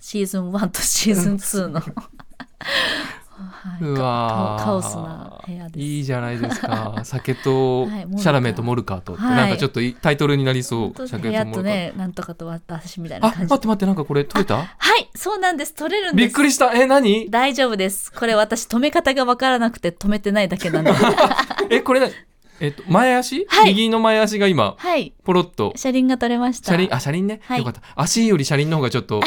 Speaker 3: シーズン1とシーズン2の、はい、
Speaker 2: うわー
Speaker 3: カオカオスな部屋です
Speaker 2: いいじゃないですか
Speaker 3: <laughs>
Speaker 2: 酒と
Speaker 3: はいモルカー
Speaker 2: シャラメとモルカーとって、
Speaker 3: はい
Speaker 2: なんかちょっといタイトルになりそう
Speaker 3: 本当に
Speaker 2: 酒
Speaker 3: 部屋
Speaker 2: モ
Speaker 3: と
Speaker 2: ルカー
Speaker 3: ねなんとかと私みたい
Speaker 2: あ
Speaker 3: な感じ
Speaker 2: 待って待ってなんかこれ取れた
Speaker 3: はいそうなんです取れるん
Speaker 2: <laughs> び
Speaker 3: で
Speaker 2: っ
Speaker 3: す
Speaker 2: くり
Speaker 3: <laughs>
Speaker 2: したえ何
Speaker 3: 大丈夫です。これ私止め方がわからなくて止めてないだ
Speaker 2: <laughs>
Speaker 3: けなんで。
Speaker 2: えこれ何えっと前足、
Speaker 3: はい
Speaker 2: 右の前足が今
Speaker 3: はい。
Speaker 2: ポロッと
Speaker 3: 車輪が取れました。
Speaker 2: 車輪あ車輪ね、
Speaker 3: はい
Speaker 2: よかった足より車輪の方がちょっ
Speaker 3: <laughs>
Speaker 2: と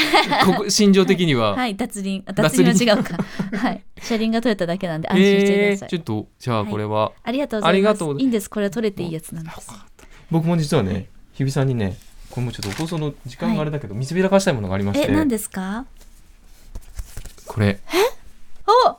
Speaker 2: ここ心情的には、
Speaker 3: はい、脱輪。あ
Speaker 2: 脱
Speaker 3: 脱
Speaker 2: 輪
Speaker 3: 輪は違
Speaker 2: <laughs>
Speaker 3: うか。はい。車輪が取れただけなんで安心してください。
Speaker 2: ちょっとじゃあこれは、
Speaker 3: ありがとうご
Speaker 2: あ
Speaker 3: ざ
Speaker 2: り
Speaker 3: い
Speaker 2: が
Speaker 3: ます
Speaker 2: とうございます
Speaker 3: いいんです。これは取れていいやつなんです。
Speaker 2: 僕も実はね日比さんにねこれもちょっと放送の時間があれだけど、見せびらかしたいものがありまして
Speaker 3: え、何ですか
Speaker 2: これ
Speaker 3: お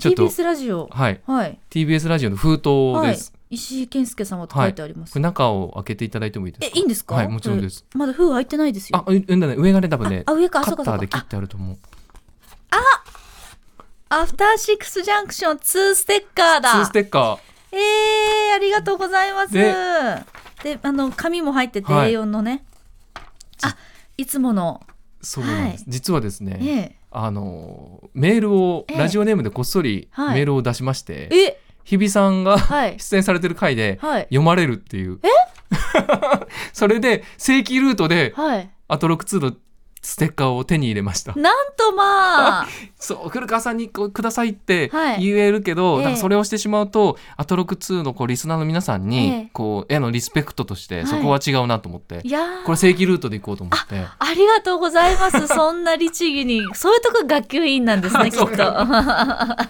Speaker 2: ちょっと
Speaker 3: !TBS ラジオ。
Speaker 2: はい
Speaker 3: はい。
Speaker 2: TBS ラジオの封筒
Speaker 3: は
Speaker 2: で
Speaker 3: い
Speaker 2: す、。
Speaker 3: 石井健介様と
Speaker 2: はい
Speaker 3: 書いてありま
Speaker 2: こ
Speaker 3: す。
Speaker 2: れ中を開けていただいてもいいです
Speaker 3: え
Speaker 2: か、
Speaker 3: いいんですか
Speaker 2: はいもちろんです
Speaker 3: これまだ封開いてないです
Speaker 2: あ
Speaker 3: よ。
Speaker 2: うんうんだね上がね多分ね
Speaker 3: あ、上か、あ、
Speaker 2: カ
Speaker 3: そう
Speaker 2: ッ
Speaker 3: か
Speaker 2: タ
Speaker 3: そ
Speaker 2: ー
Speaker 3: う
Speaker 2: で
Speaker 3: か。
Speaker 2: 切っ
Speaker 3: あ
Speaker 2: てあると思う
Speaker 3: アフターシックスジャンクション2ステッカーだ。
Speaker 2: 2ステッカ
Speaker 3: えー、ありがとうございます。
Speaker 2: で
Speaker 3: で、あの紙も入ってて、
Speaker 2: はい
Speaker 3: A4 のね。あ、いつもの。
Speaker 2: ーそうなんです、
Speaker 3: はい
Speaker 2: 実はですね、
Speaker 3: え
Speaker 2: あのーメールを、
Speaker 3: ええ
Speaker 2: ラジオネームでこっそり
Speaker 3: はい
Speaker 2: メールを出しまして、
Speaker 3: ええ、
Speaker 2: 日比さんが <laughs>
Speaker 3: はい
Speaker 2: 出演されてる回で
Speaker 3: はい、
Speaker 2: 読まれるっていう。 <laughs> それで正規ルートで
Speaker 3: はい。
Speaker 2: アトロック2のステッカーを手に入れました。
Speaker 3: なんとまあ、
Speaker 2: <laughs> そう、古川さんにこうくださいって
Speaker 3: はい
Speaker 2: 言えるけど、
Speaker 3: ええ
Speaker 2: なんかそれをしてしまうと、アトロック2のこうリスナーの皆さんに、
Speaker 3: ええ
Speaker 2: こう、へのリスペクトとして、
Speaker 3: い
Speaker 2: そこは違うなと思って、
Speaker 3: いやー
Speaker 2: これ正規ルートで行こうと思って。
Speaker 3: ありがとうございます。
Speaker 2: <laughs>
Speaker 3: そんな律儀に、そういうとこ学級委員なんですね、きっと。えー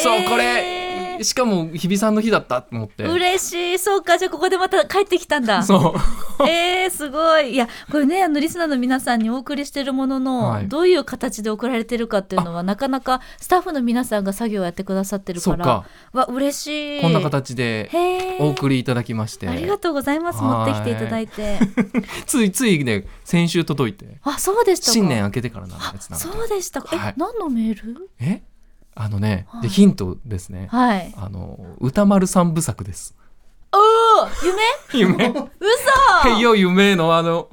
Speaker 2: <laughs>
Speaker 3: <laughs>
Speaker 2: そう、これ、しかも日比さんの日だったと思って。
Speaker 3: 嬉しい。そうか、じゃあここでまた帰ってきたんだ。
Speaker 2: そう。
Speaker 3: えー、すごい。いや、これね、あの、リスナーの皆さんにお送りしてるものの、
Speaker 2: はい
Speaker 3: どういう形で送られてるかっていうのは、なかなかスタッフの皆さんが作業をやってくださってる
Speaker 2: そ
Speaker 3: か
Speaker 2: う
Speaker 3: ら、
Speaker 2: か。
Speaker 3: わ、嬉しい。
Speaker 2: こんな形で
Speaker 3: へー
Speaker 2: お送りいただきまして、
Speaker 3: ありがとうございます。持っ
Speaker 2: はい
Speaker 3: てきていただいて。
Speaker 2: ついついね先週届いて
Speaker 3: あ、そうでしたか。
Speaker 2: 新年明けてからなんのやつなの
Speaker 3: そうでしたか。え、
Speaker 2: はい
Speaker 3: 何のメール
Speaker 2: えあのね、
Speaker 3: はい
Speaker 2: でヒントですね、
Speaker 3: はい。
Speaker 2: あの歌丸三部作です
Speaker 3: おー夢
Speaker 2: 夢
Speaker 3: 嘘
Speaker 2: <laughs> へいよ夢のあの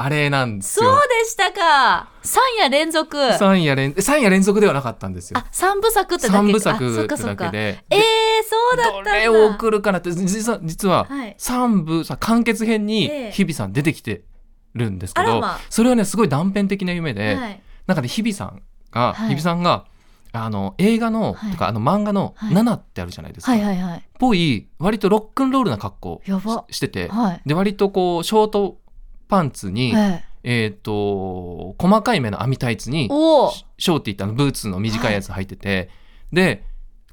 Speaker 2: あれなんです
Speaker 3: そう
Speaker 2: よ
Speaker 3: でしたか !3 夜連続
Speaker 2: 三夜連三夜連続ではなかったんですよ
Speaker 3: あ、3部作ってだけか
Speaker 2: 三部
Speaker 3: あ
Speaker 2: 作っ
Speaker 3: そう
Speaker 2: て
Speaker 3: かそ
Speaker 2: だ
Speaker 3: う
Speaker 2: け
Speaker 3: か。え
Speaker 2: で
Speaker 3: ー、そうだった
Speaker 2: ど
Speaker 3: んだ
Speaker 2: れを送るかなって実は実は
Speaker 3: はい
Speaker 2: 三部さ完結編
Speaker 3: え
Speaker 2: に
Speaker 3: え
Speaker 2: 日比さん出てきてるんですけ
Speaker 3: あ
Speaker 2: ど、
Speaker 3: らま
Speaker 2: それはねすごい断片的な夢で、
Speaker 3: はい
Speaker 2: なんかね日比さんが、
Speaker 3: はい
Speaker 2: 日比さんがあの映画の、
Speaker 3: はい
Speaker 2: とかあの漫画の
Speaker 3: はい
Speaker 2: ナナってあるじゃないですか、
Speaker 3: はいはいはい。
Speaker 2: ぽい割とロックンロールな格好
Speaker 3: やば
Speaker 2: ししてて
Speaker 3: はい。
Speaker 2: で割とこうショートパンツに、
Speaker 3: ええ
Speaker 2: えっ、と細かい目の網タイツに
Speaker 3: おお。
Speaker 2: シショーティーってあのブーツの短いやつ履いてて、で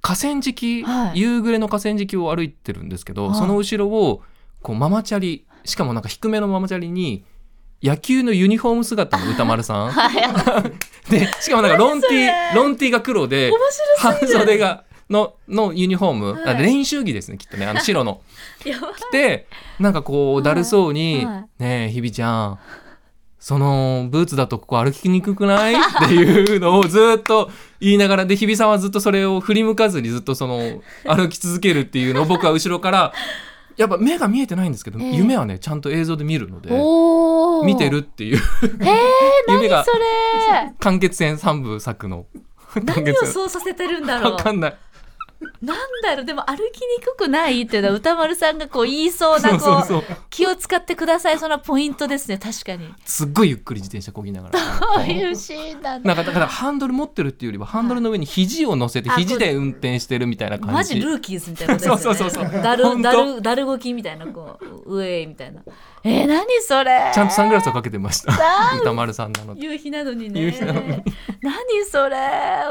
Speaker 2: 河川敷、
Speaker 3: はい
Speaker 2: 夕暮れの河川敷を歩いてるんですけど、
Speaker 3: はい
Speaker 2: その後ろをこうママチャリしかもなんか低めのママチャリに野球のユニフォーム姿の歌丸さん、
Speaker 3: はい。面白
Speaker 2: でしかもなんかロンティー
Speaker 3: 何それ
Speaker 2: ロンティーが黒で
Speaker 3: す
Speaker 2: 半袖 <laughs> がののユニフォーム、
Speaker 3: はい
Speaker 2: あ練習着ですねきっとねあの白の
Speaker 3: ぎる。やば
Speaker 2: 着てなんかこうだるそうに「
Speaker 3: はいはい
Speaker 2: ねえひびちゃんそのブーツだとここ歩きにくくないっていうのをずっと言いながらで日比さんはずっとそれを振り向かずにずっとその歩き続けるっていうのを僕は後ろからやっぱ目が見えてないんですけど、
Speaker 3: ええ
Speaker 2: 夢はねちゃんと映像で見るので
Speaker 3: おお。
Speaker 2: 見てる。っていう
Speaker 3: ええ、
Speaker 2: 夢が
Speaker 3: 何それ。
Speaker 2: 完結編3部作の
Speaker 3: 何をそうさせてるんだろ
Speaker 2: わ
Speaker 3: う。
Speaker 2: かんない。
Speaker 3: なんだろうでも歩きにくくないっていうのは歌丸さんがこう言いそうなこう
Speaker 2: そうそうそう
Speaker 3: 気を使ってくださいそのポイントですね確かに <laughs>
Speaker 2: すっごいゆっくり自転車こぎながら。
Speaker 3: こういうシーンなんだ
Speaker 2: なんかだからハンドル持ってるっていうよりはハンドルの上に肘を乗せて
Speaker 3: あ
Speaker 2: 肘で運転してるみたいな感じ。
Speaker 3: マジルーキーズみたいなことですよ
Speaker 2: <laughs>
Speaker 3: ね
Speaker 2: そうそうそうそう
Speaker 3: だ
Speaker 2: ほん
Speaker 3: る
Speaker 2: と
Speaker 3: だるだる動きみたいなこうウェイみたいなえー、何それ
Speaker 2: ちゃんとサングラスをかけてました。歌丸さんなので。
Speaker 3: 夕日なのに
Speaker 2: 夕
Speaker 3: ね
Speaker 2: 日なのに
Speaker 3: 何それ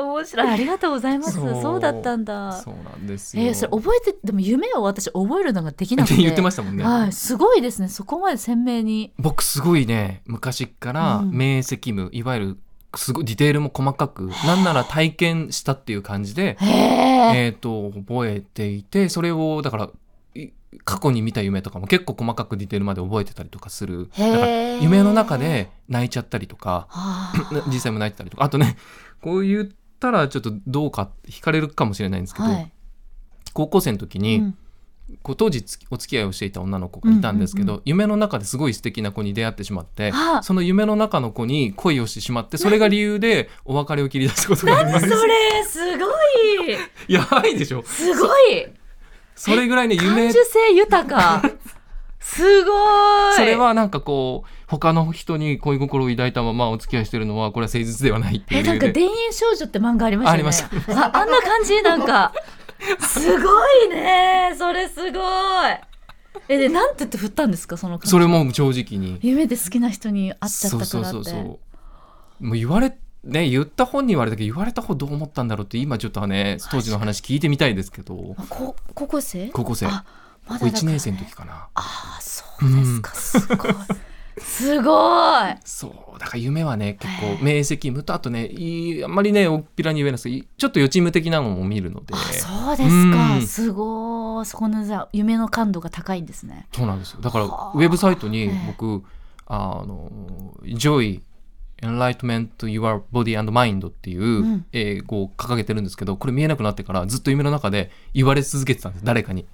Speaker 3: 面白いありがとうございますそうだったんだ
Speaker 2: そうなんですよ。
Speaker 3: えー、それ覚えてでも夢を私覚えるのができなく
Speaker 2: って
Speaker 3: て
Speaker 2: 言ってましたもんね。
Speaker 3: はい、すごいですねそこまで鮮明に
Speaker 2: 僕すごいね昔から
Speaker 3: うん
Speaker 2: 明晰夢、いわゆるすごいディテールも細かくなんなら体験したっていう感じで
Speaker 3: へえ
Speaker 2: えー、と覚えていてそれをだからい過去に見た夢とかも結構細かくディテールまで覚えてたりとかするだから
Speaker 3: へー
Speaker 2: 夢の中で泣いちゃったりとか
Speaker 3: は
Speaker 2: な実際も泣いてたりとかあとねこう言ったらちょっとどうか惹かれるかもしれないんですけ
Speaker 3: あ
Speaker 2: ど、
Speaker 3: はい
Speaker 2: 高校生の時に、
Speaker 3: うん
Speaker 2: こう当時つきお付き合いをしていた女の子がいたんですけど、
Speaker 3: うん
Speaker 2: 夢の中ですごい素敵な子に出会ってしまって
Speaker 3: あ
Speaker 2: その夢の中の子に恋をしてしまってそれが理由でお別れを切り出すことがありま
Speaker 3: そ
Speaker 2: す。
Speaker 3: れすごい
Speaker 2: やばいでしょ
Speaker 3: すごい
Speaker 2: それぐらいね
Speaker 3: 感
Speaker 2: 夢
Speaker 3: 受性
Speaker 2: <laughs>
Speaker 3: 豊かすごい
Speaker 2: それはなんかこう他の人に恋心を抱いたままお付き合いしてるのはこれは誠実ではないっていう
Speaker 3: えなんか「田園少女」って漫画ありましたよね
Speaker 2: ありまし
Speaker 3: ああんな感じなんかすごいねそれすごいえでなんて言って振ったんですかその感
Speaker 2: それも正直に
Speaker 3: 夢で好きな人に会っちゃったからって
Speaker 2: うもう言われね言った本に言われたけど言われた方どう思ったんだろうって今ちょっとね当時の話聞いてみたいですけど
Speaker 3: あこ高校生
Speaker 2: 高校生
Speaker 3: あ
Speaker 2: 高
Speaker 3: まだだから
Speaker 2: 1年生の時かな
Speaker 3: あそうですかすごいすごい
Speaker 2: そうだから夢はね結
Speaker 3: へ
Speaker 2: 構
Speaker 3: え
Speaker 2: 明晰夢とあとねいいあんまりねおっぴらに言えないですけどちょっと予知夢的なのも見るので
Speaker 3: あそうです
Speaker 2: う
Speaker 3: か
Speaker 2: ん
Speaker 3: すごいそこのじゃあ夢の感度が高いんですね
Speaker 2: そうなんですよだからウ
Speaker 3: はあ
Speaker 2: ェブサイトに
Speaker 3: ええ
Speaker 2: 僕「あの Joy Enlightenment Your Body and Mind」っていうん英語を掲げてるんですけどこれ見えなくなってからずっと夢の中で言われ続けてたんです誰かに。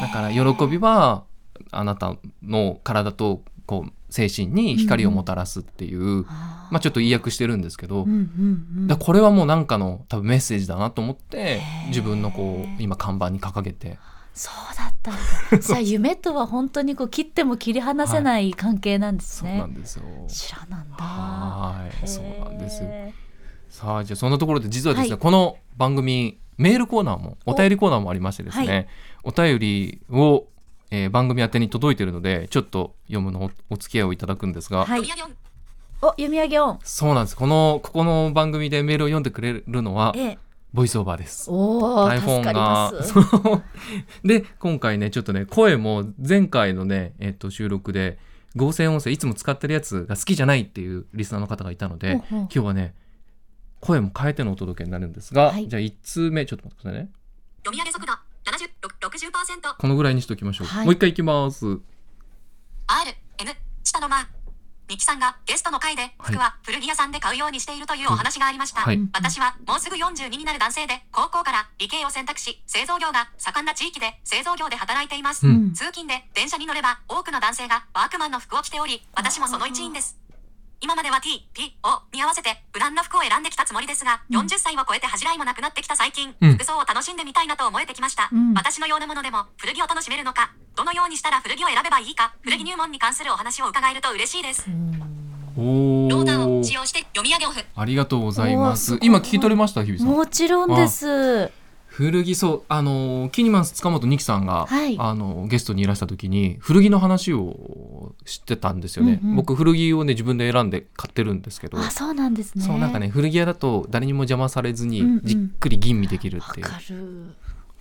Speaker 2: だから喜びはあなたの体とこう精神に光をもたらすっていう、
Speaker 3: あ
Speaker 2: まあ、ちょっと意訳してるんですけど、
Speaker 3: ーうんうんう
Speaker 2: だ
Speaker 3: ん
Speaker 2: からこれはもうなんかの多分メッセージだなと思って自分のこう今看板に掲げて
Speaker 3: そうだったん
Speaker 2: <laughs>
Speaker 3: だじゃあ夢とは本当にこう切っても切り離せない関係なんです
Speaker 2: そう
Speaker 3: ね、
Speaker 2: なんですよ。
Speaker 3: 知らなんだ
Speaker 2: はい、
Speaker 3: へー
Speaker 2: そうなんです。さあ、じゃあそんなところで実はですね、
Speaker 3: はい
Speaker 2: この番組メールコーナーもお便りコーナーもありましてですね、お,、便りを、えー番組宛てに届いているので、ちょっと読むのをお付き合いをいただくんですが、
Speaker 3: はいお読み上げ音
Speaker 2: そうなんです。このここの番組でメールを読んでくれるのは
Speaker 3: ええ
Speaker 2: ボイスオーバーです。
Speaker 3: おお助
Speaker 2: iPhone
Speaker 3: かりま
Speaker 2: が
Speaker 3: す
Speaker 2: そう <laughs> で今回ねちょっとね声も前回のね、えっと、収録で合成音声いつも使ってるやつが好きじゃないっていうリスナーの方がいたので
Speaker 3: ほうほう
Speaker 2: 今日はね声も変えてのお届けになるんですが、
Speaker 3: はい
Speaker 2: じゃあ1通目ちょっと待ってくださいね
Speaker 4: 読み上げ速度70、60%。
Speaker 2: このぐらいにしときましょう、
Speaker 3: はい
Speaker 2: もう一回いきます
Speaker 4: R、N、下の間。ミキさんがゲストの回で服は古着屋さんで買うようにしているというお話がありました。
Speaker 2: はい
Speaker 4: 私はもうすぐ42になる男性で高校から理系を選択し製造業が盛んな地域で製造業で働いています、
Speaker 2: うん
Speaker 3: うん
Speaker 4: 通勤で電車に乗れば多くの男性がワークマンの服を着ており私もその一員です今までは TPO に合わせて無難な服を選んできたつもりですが、
Speaker 3: うん
Speaker 4: 40歳を超えて恥じらいもなくなってきた最近、
Speaker 2: うん
Speaker 4: 服装を楽しんでみたいなと思えてきました、
Speaker 3: うん
Speaker 4: 私のようなものでも古着を楽しめるのかどのようにしたら古着を選べばいいか古着入門に関するお話を伺えると嬉しいです、
Speaker 3: うん
Speaker 2: お
Speaker 4: ローターを使
Speaker 2: ー
Speaker 4: 用して読み上げオフ。
Speaker 2: ありがとうございま
Speaker 3: お
Speaker 2: す
Speaker 3: ーすごい
Speaker 2: 今聞き取れました日比さん
Speaker 3: もちろんです。
Speaker 2: 古着そうあのーキニマンス塚本二木さんが、
Speaker 3: はい
Speaker 2: あのーゲストにいらした時に古着の話を知ってたんですよね、
Speaker 3: うんうん
Speaker 2: 僕古着をね自分で選んで買ってるんですけど
Speaker 3: あ、そうなんですね。
Speaker 2: そうなんかね古着屋だと誰にも邪魔されずに
Speaker 3: うんうん
Speaker 2: じっくり吟味できる
Speaker 3: わ
Speaker 2: っていう、
Speaker 3: かる。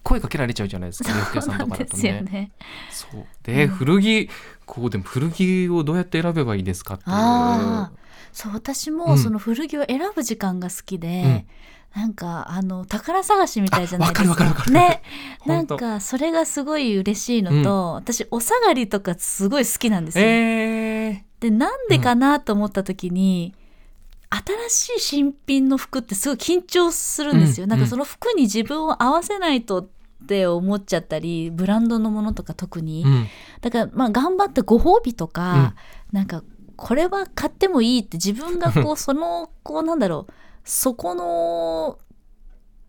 Speaker 2: 声かけられちゃうじゃないですか洋服屋
Speaker 3: そう
Speaker 2: さん
Speaker 3: な
Speaker 2: と
Speaker 3: ん
Speaker 2: かだ
Speaker 3: で
Speaker 2: と
Speaker 3: すよ
Speaker 2: ね。
Speaker 3: ね。
Speaker 2: そうで、古着こうでも古着をどうやって選べばいいですかっていう
Speaker 3: あそう私
Speaker 2: う
Speaker 3: も
Speaker 2: ん
Speaker 3: その古着を選ぶ時間が好き
Speaker 2: うん
Speaker 3: で、なんかあの宝探しみたいじゃないですか。
Speaker 2: あわかるわかるわかる
Speaker 3: ね、な
Speaker 2: ほ
Speaker 3: ん
Speaker 2: と
Speaker 3: かそれがすごい嬉しいのと、私お下がりとかすごい好きなんですよ。
Speaker 2: え
Speaker 3: でなんでかなと思った時に、新しい新品の服ってすごい緊張するんですよ、
Speaker 2: うん
Speaker 3: なんかその服に自分を合わせないとって思っちゃったりブランドのものとか特に、
Speaker 2: ーうん
Speaker 3: だからまあ頑張ってご褒美とか、なんかこれは買ってもいいって自分
Speaker 2: <laughs>
Speaker 3: がこうそのこうなんだろうそこの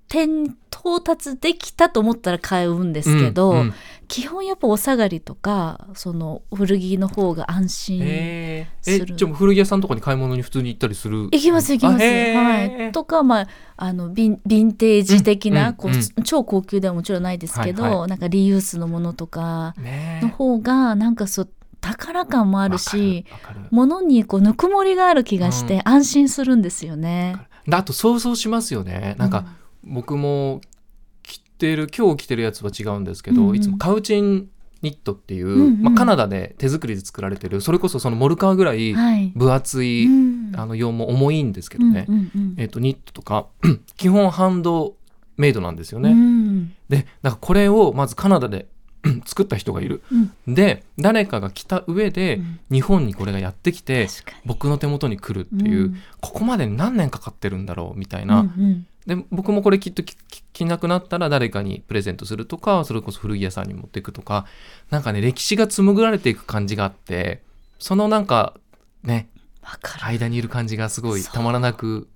Speaker 3: 点に到達できたと思ったら買うんですけど、
Speaker 2: うんうん
Speaker 3: 基本やっぱお下がりとかその古着の方が安心。
Speaker 2: えー
Speaker 3: す
Speaker 2: え
Speaker 3: る
Speaker 2: じゃあもう古着屋さんとかに買い物に普通に行ったりする
Speaker 3: 行きます行きま
Speaker 2: あ
Speaker 3: す。
Speaker 2: へー
Speaker 3: はい、とか、まあ、あのビンヴィンテージ的
Speaker 2: うん
Speaker 3: な、こう
Speaker 2: う
Speaker 3: 超高級ではもちろんないですけど、
Speaker 2: はいは
Speaker 3: なんかリユースのものとか
Speaker 2: ねえ
Speaker 3: の方がなんかそう宝感もあるし
Speaker 2: わかるわかる
Speaker 3: 物にこうぬくもりがある気がして安心するんですよね。
Speaker 2: であと想像しますよねなんか僕も着てる今日着てるやつは違うんですけど、
Speaker 3: うんうん
Speaker 2: いつもカウチンニットっていう、
Speaker 3: んうん
Speaker 2: まあ、カナダで手作りで作られてるそれこそそのモルカーぐらい
Speaker 3: はい。
Speaker 2: 分厚い、
Speaker 3: うん
Speaker 2: あの羊毛重いんですけど
Speaker 3: うん
Speaker 2: ね、
Speaker 3: うんうん
Speaker 2: えっとニットとか <clears throat> 基本ハンドメイドなんですよね。
Speaker 3: うん
Speaker 2: でなんかこれをまずカナダで <clears throat> 作った人がいる。
Speaker 3: うん
Speaker 2: で誰かが着た上で、
Speaker 3: うん
Speaker 2: 日本にこれがやってきて
Speaker 3: 確かに
Speaker 2: 僕の手元に来るっていう、
Speaker 3: うん
Speaker 2: ここまでに何年かかってるんだろうみたい
Speaker 3: うん
Speaker 2: な、
Speaker 3: うん
Speaker 2: で僕もこれきっときき着なくなったら誰かにプレゼントするとかそれこそ古着屋さんに持っていくとかなんかね歴史が紡ぐられていく感じがあってそのなんかね
Speaker 3: わかる。
Speaker 2: 間にいる感じがすごい
Speaker 3: そう
Speaker 2: たまらなく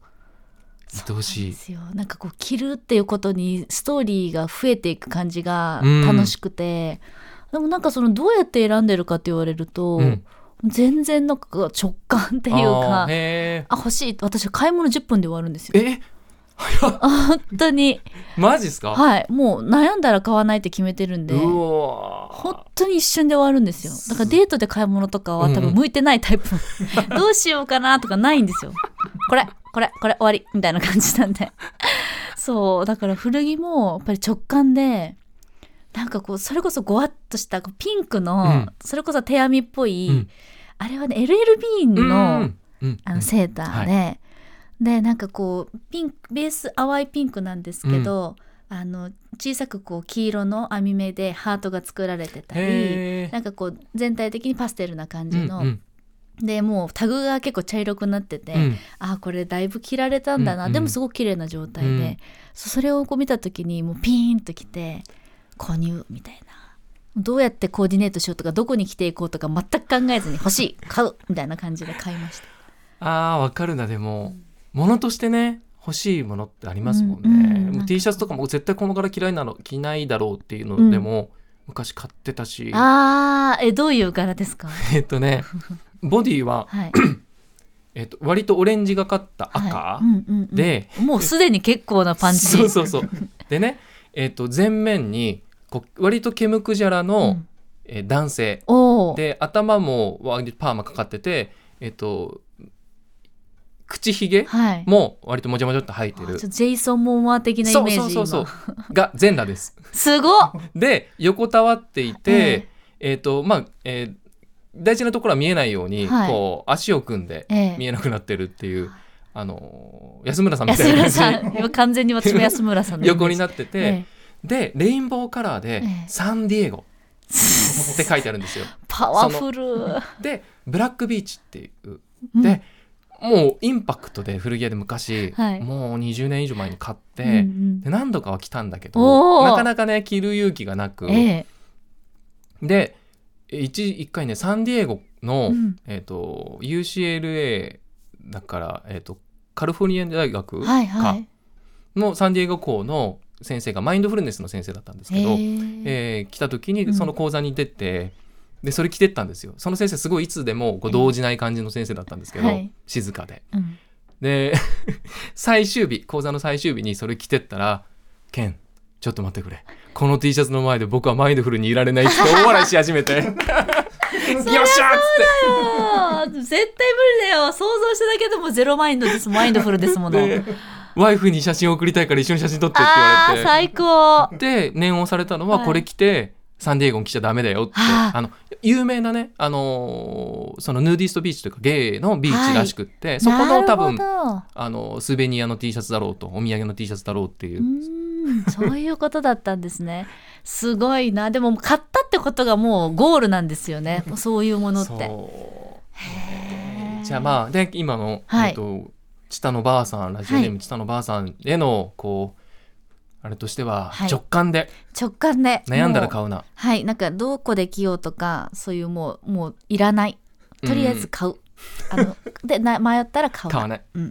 Speaker 2: 愛おし
Speaker 3: で
Speaker 2: い。
Speaker 3: すよなんかこう着るっていうことにストーリーが増えていく感じが
Speaker 2: うん
Speaker 3: 楽しくて、でもなんかそのどうやって選んでるかって言われると、
Speaker 2: うん
Speaker 3: 全然なんかこう直感っていうか
Speaker 2: あー
Speaker 3: あ
Speaker 2: へ
Speaker 3: 欲しい私買い物10分で終わるんですよ
Speaker 2: ーえ
Speaker 3: 本当に
Speaker 2: マジっすか、
Speaker 3: はいもう悩んだら買わないって決めてるんで
Speaker 2: うおー
Speaker 3: 本当に一瞬で終わるんですよだからデートで買い物とかは
Speaker 2: う
Speaker 3: 多
Speaker 2: んう
Speaker 3: 分
Speaker 2: ん
Speaker 3: 向いてない
Speaker 2: <laughs>
Speaker 3: タイプ、どうしようかなとかないんですよこれこれこれ終わりみたいな感じなんでそうだから古着もやっぱり直感でなんかこうそれこそごわっとしたこうピンクの、
Speaker 2: うん
Speaker 3: それこそ手編みっぽい、
Speaker 2: うん
Speaker 3: あれはね LL ビーンの、
Speaker 2: うんうん
Speaker 3: あのセーターで、でなんかこうピンクベース淡いピンクなんですけど、あの小さくこう黄色の網目でハートが作られてたり
Speaker 2: へー
Speaker 3: なんかこう全体的にパステルな感
Speaker 2: う
Speaker 3: じ
Speaker 2: ん
Speaker 3: の、
Speaker 2: うん
Speaker 3: でもうタグが結構茶色くなってて、
Speaker 2: うん
Speaker 3: あーこれだいぶ着られたんだな、
Speaker 2: うんうん
Speaker 3: でもすごく綺麗な状態で、
Speaker 2: うん
Speaker 3: そそれをこう見た時にもうピーンと来て購入みたいな。どうやってコーディネートしようとかどこに着ていこうとか全く考えずに欲しい買うみたいな感じで買いました。
Speaker 2: あーわかるなでも、物としてね欲しいものってありますもんね、
Speaker 3: うん
Speaker 2: も
Speaker 3: うん
Speaker 2: う
Speaker 3: なんか
Speaker 2: T シャツとかも絶対この柄嫌いなの着ないだろうっていうのでも、昔買ってたし
Speaker 3: あーえどういう柄ですか
Speaker 2: <laughs> えっとねボディは、 <clears throat>
Speaker 3: はい
Speaker 2: えっと、割とオレンジがかった赤、
Speaker 3: はいうんうんうん
Speaker 2: で
Speaker 3: もうすでに結構なパンチ
Speaker 2: そうそうそうでね、えっと、前面にこう割と毛むくじゃらの、
Speaker 3: うん
Speaker 2: えー男性
Speaker 3: おお
Speaker 2: で頭も割とパーマかかっててえっと口ひげ
Speaker 3: はい
Speaker 2: も割ともじゃもじゃっと生えて
Speaker 3: あちょ
Speaker 2: る
Speaker 3: っとジェイソン・モモア的なイ
Speaker 2: そう
Speaker 3: メージ
Speaker 2: そうそうそう
Speaker 3: 今
Speaker 2: が全裸です
Speaker 3: すご
Speaker 2: <laughs>
Speaker 3: っ
Speaker 2: で横たわっていて、え
Speaker 3: え
Speaker 2: っ、とまあ、えー大事なところは見えないように、
Speaker 3: はい
Speaker 2: こう足を組んで
Speaker 3: ええ
Speaker 2: 見えなくなってるっていう、あのー安村さんみた
Speaker 3: 安
Speaker 2: いな
Speaker 3: 村
Speaker 2: 感じ
Speaker 3: さん今完全に私も安村さんのイメージ
Speaker 2: <laughs> 横になってて、
Speaker 3: え
Speaker 2: でレインボーカラーで
Speaker 3: え
Speaker 2: 「
Speaker 3: え
Speaker 2: サンディエゴ」
Speaker 3: え
Speaker 2: って書いてあるんですよ。
Speaker 3: パワフル
Speaker 2: でブラックビーチっていう
Speaker 3: うん
Speaker 2: で、もうインパクトで古着屋で昔、
Speaker 3: はい
Speaker 2: もう20年以上前に買って、
Speaker 3: うんうん
Speaker 2: で何度かは来たんだけ
Speaker 3: お
Speaker 2: ど
Speaker 3: ー
Speaker 2: なかなかね着る勇気がなく。
Speaker 3: ええ
Speaker 2: で一一回ねサンディエゴの、
Speaker 3: うん
Speaker 2: えー、と UCLA だから、えー、とカリフォルニア大学
Speaker 3: はいはい
Speaker 2: のサンディエゴ校の先生がマインドフルネスの先生だったんですけど、
Speaker 3: ええ
Speaker 2: えー来た時に
Speaker 3: ん
Speaker 2: その講座に出て、でそれ着てったんですよその先生すごいいつでもこう動じない感じの先生だったんですけど、
Speaker 3: はい
Speaker 2: 静かで
Speaker 3: うん
Speaker 2: で <laughs> 最終日講座の最終日にそれ着てったら「ケンちょっと待ってくれこの T シャツの前で僕はマインドフルにいられない」って大笑いし始めて「よっしゃ!」っつって
Speaker 3: あー絶対無理だよ想像しただけでもゼロマインドですマインドフルですもの
Speaker 2: でワイフに写真を送りたいから一緒に写真撮ってって
Speaker 3: あー
Speaker 2: 言われ
Speaker 3: 最高
Speaker 2: てで念を押されたのは
Speaker 3: はい
Speaker 2: これ着て、サンディエゴに来ちゃダメだよって
Speaker 3: あー
Speaker 2: あの有名なね、あのーそのヌーディストビーチというかゲイのビーチらしくって、そこの多分
Speaker 3: なるほど
Speaker 2: あのスベニアの T シャツだろうとお土産の T シャツだろうっていう
Speaker 3: うーんそういうことだったんですね。すごいな。でも、買ったってことがもうゴールなんですよね。もうそういうものっ
Speaker 2: そう
Speaker 3: て。
Speaker 2: ねじゃあまあで今の、
Speaker 3: はい
Speaker 2: えっとチタのばあさんラジオネームチタのばあさんへのこうあれとしては、
Speaker 3: はい
Speaker 2: 直感で
Speaker 3: 直感で。
Speaker 2: 悩んだら
Speaker 3: もう
Speaker 2: 買うな
Speaker 3: はい。なんか、どこで着ようとか、そういうもう、もういらない。とりあえず買う。あ
Speaker 2: <laughs>
Speaker 3: の、で、な迷ったら買う。
Speaker 2: 買わない、
Speaker 3: うん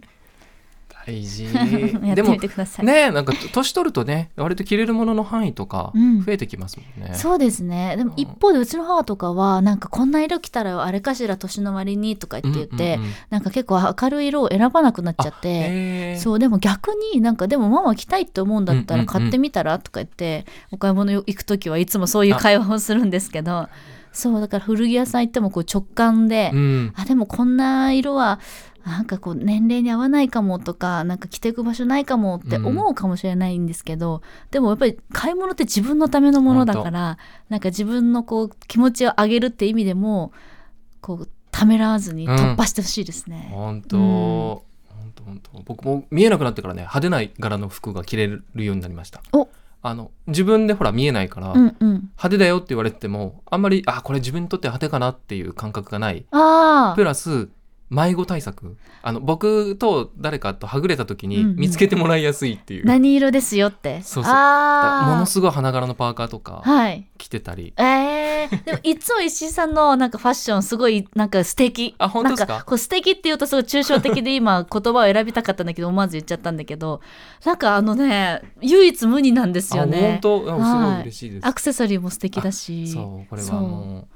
Speaker 2: 大事
Speaker 3: <laughs> やって
Speaker 2: でも
Speaker 3: みてください。
Speaker 2: ねなんか年取るとね割と着れるものの範囲とか
Speaker 3: うん
Speaker 2: 増えてきますもんね、
Speaker 3: そうですねでも
Speaker 2: うん
Speaker 3: 一方でうちの母とかはなんかこんな色着たらあれかしら年の割にとか言って言って、
Speaker 2: うんうんうん
Speaker 3: なんか結構明るい色を選ばなくなっちゃって、
Speaker 2: へー
Speaker 3: そうでも逆になんかでもママ着たいって思うんだった
Speaker 2: うんうんう
Speaker 3: ら
Speaker 2: ん
Speaker 3: 買ってみたらとか言って、お買い物行く時はいつもそういう会話をするんですけどそうだから古着屋さん行ってもこう直感で、
Speaker 2: うん
Speaker 3: あでもこんな色はなんかこう年齢に合わないかもとかなんか着ていく場所ないかもって思うかもしれないんですけど、でもやっぱり買い物って自分のためのものだからなんか自分のこう気持ちを上げるって意味でもこうためらわずに
Speaker 2: うん
Speaker 3: 突破してほしいですね。
Speaker 2: 本当、
Speaker 3: うん
Speaker 2: 本当本当僕も見えなくなってからね派手な柄の服が着れるようになりました
Speaker 3: お
Speaker 2: あの自分でほら見えないから、
Speaker 3: うん、
Speaker 2: 派
Speaker 3: うん
Speaker 2: 手だよって言われてもあんまりあこれ自分にとって派手かなっていう感覚がない
Speaker 3: あー
Speaker 2: プラス迷子対策あの僕と誰かとはぐれた時に
Speaker 3: うんうん
Speaker 2: 見つけてもらいやすいっていう、
Speaker 3: 何色ですよって。
Speaker 2: そうそう
Speaker 3: あー
Speaker 2: ものすごい花柄のパーカーとか
Speaker 3: はい。
Speaker 2: 着てたり
Speaker 3: えー、でもいつも石井さんのなんかファッションすごいなんか素敵。
Speaker 2: あ本当ですか
Speaker 3: なんかこう素敵って言うとすごい抽象的で今言葉を選びたかったんだけど思わず言っちゃったんだけど、なんかあのね、唯一無二なんですよ
Speaker 2: あ本
Speaker 3: ね。
Speaker 2: 当うんすご
Speaker 3: はい
Speaker 2: い嬉しいです、
Speaker 3: アクセサリーも素敵だし。
Speaker 2: そうこれ
Speaker 3: そ
Speaker 2: は
Speaker 3: う
Speaker 2: もう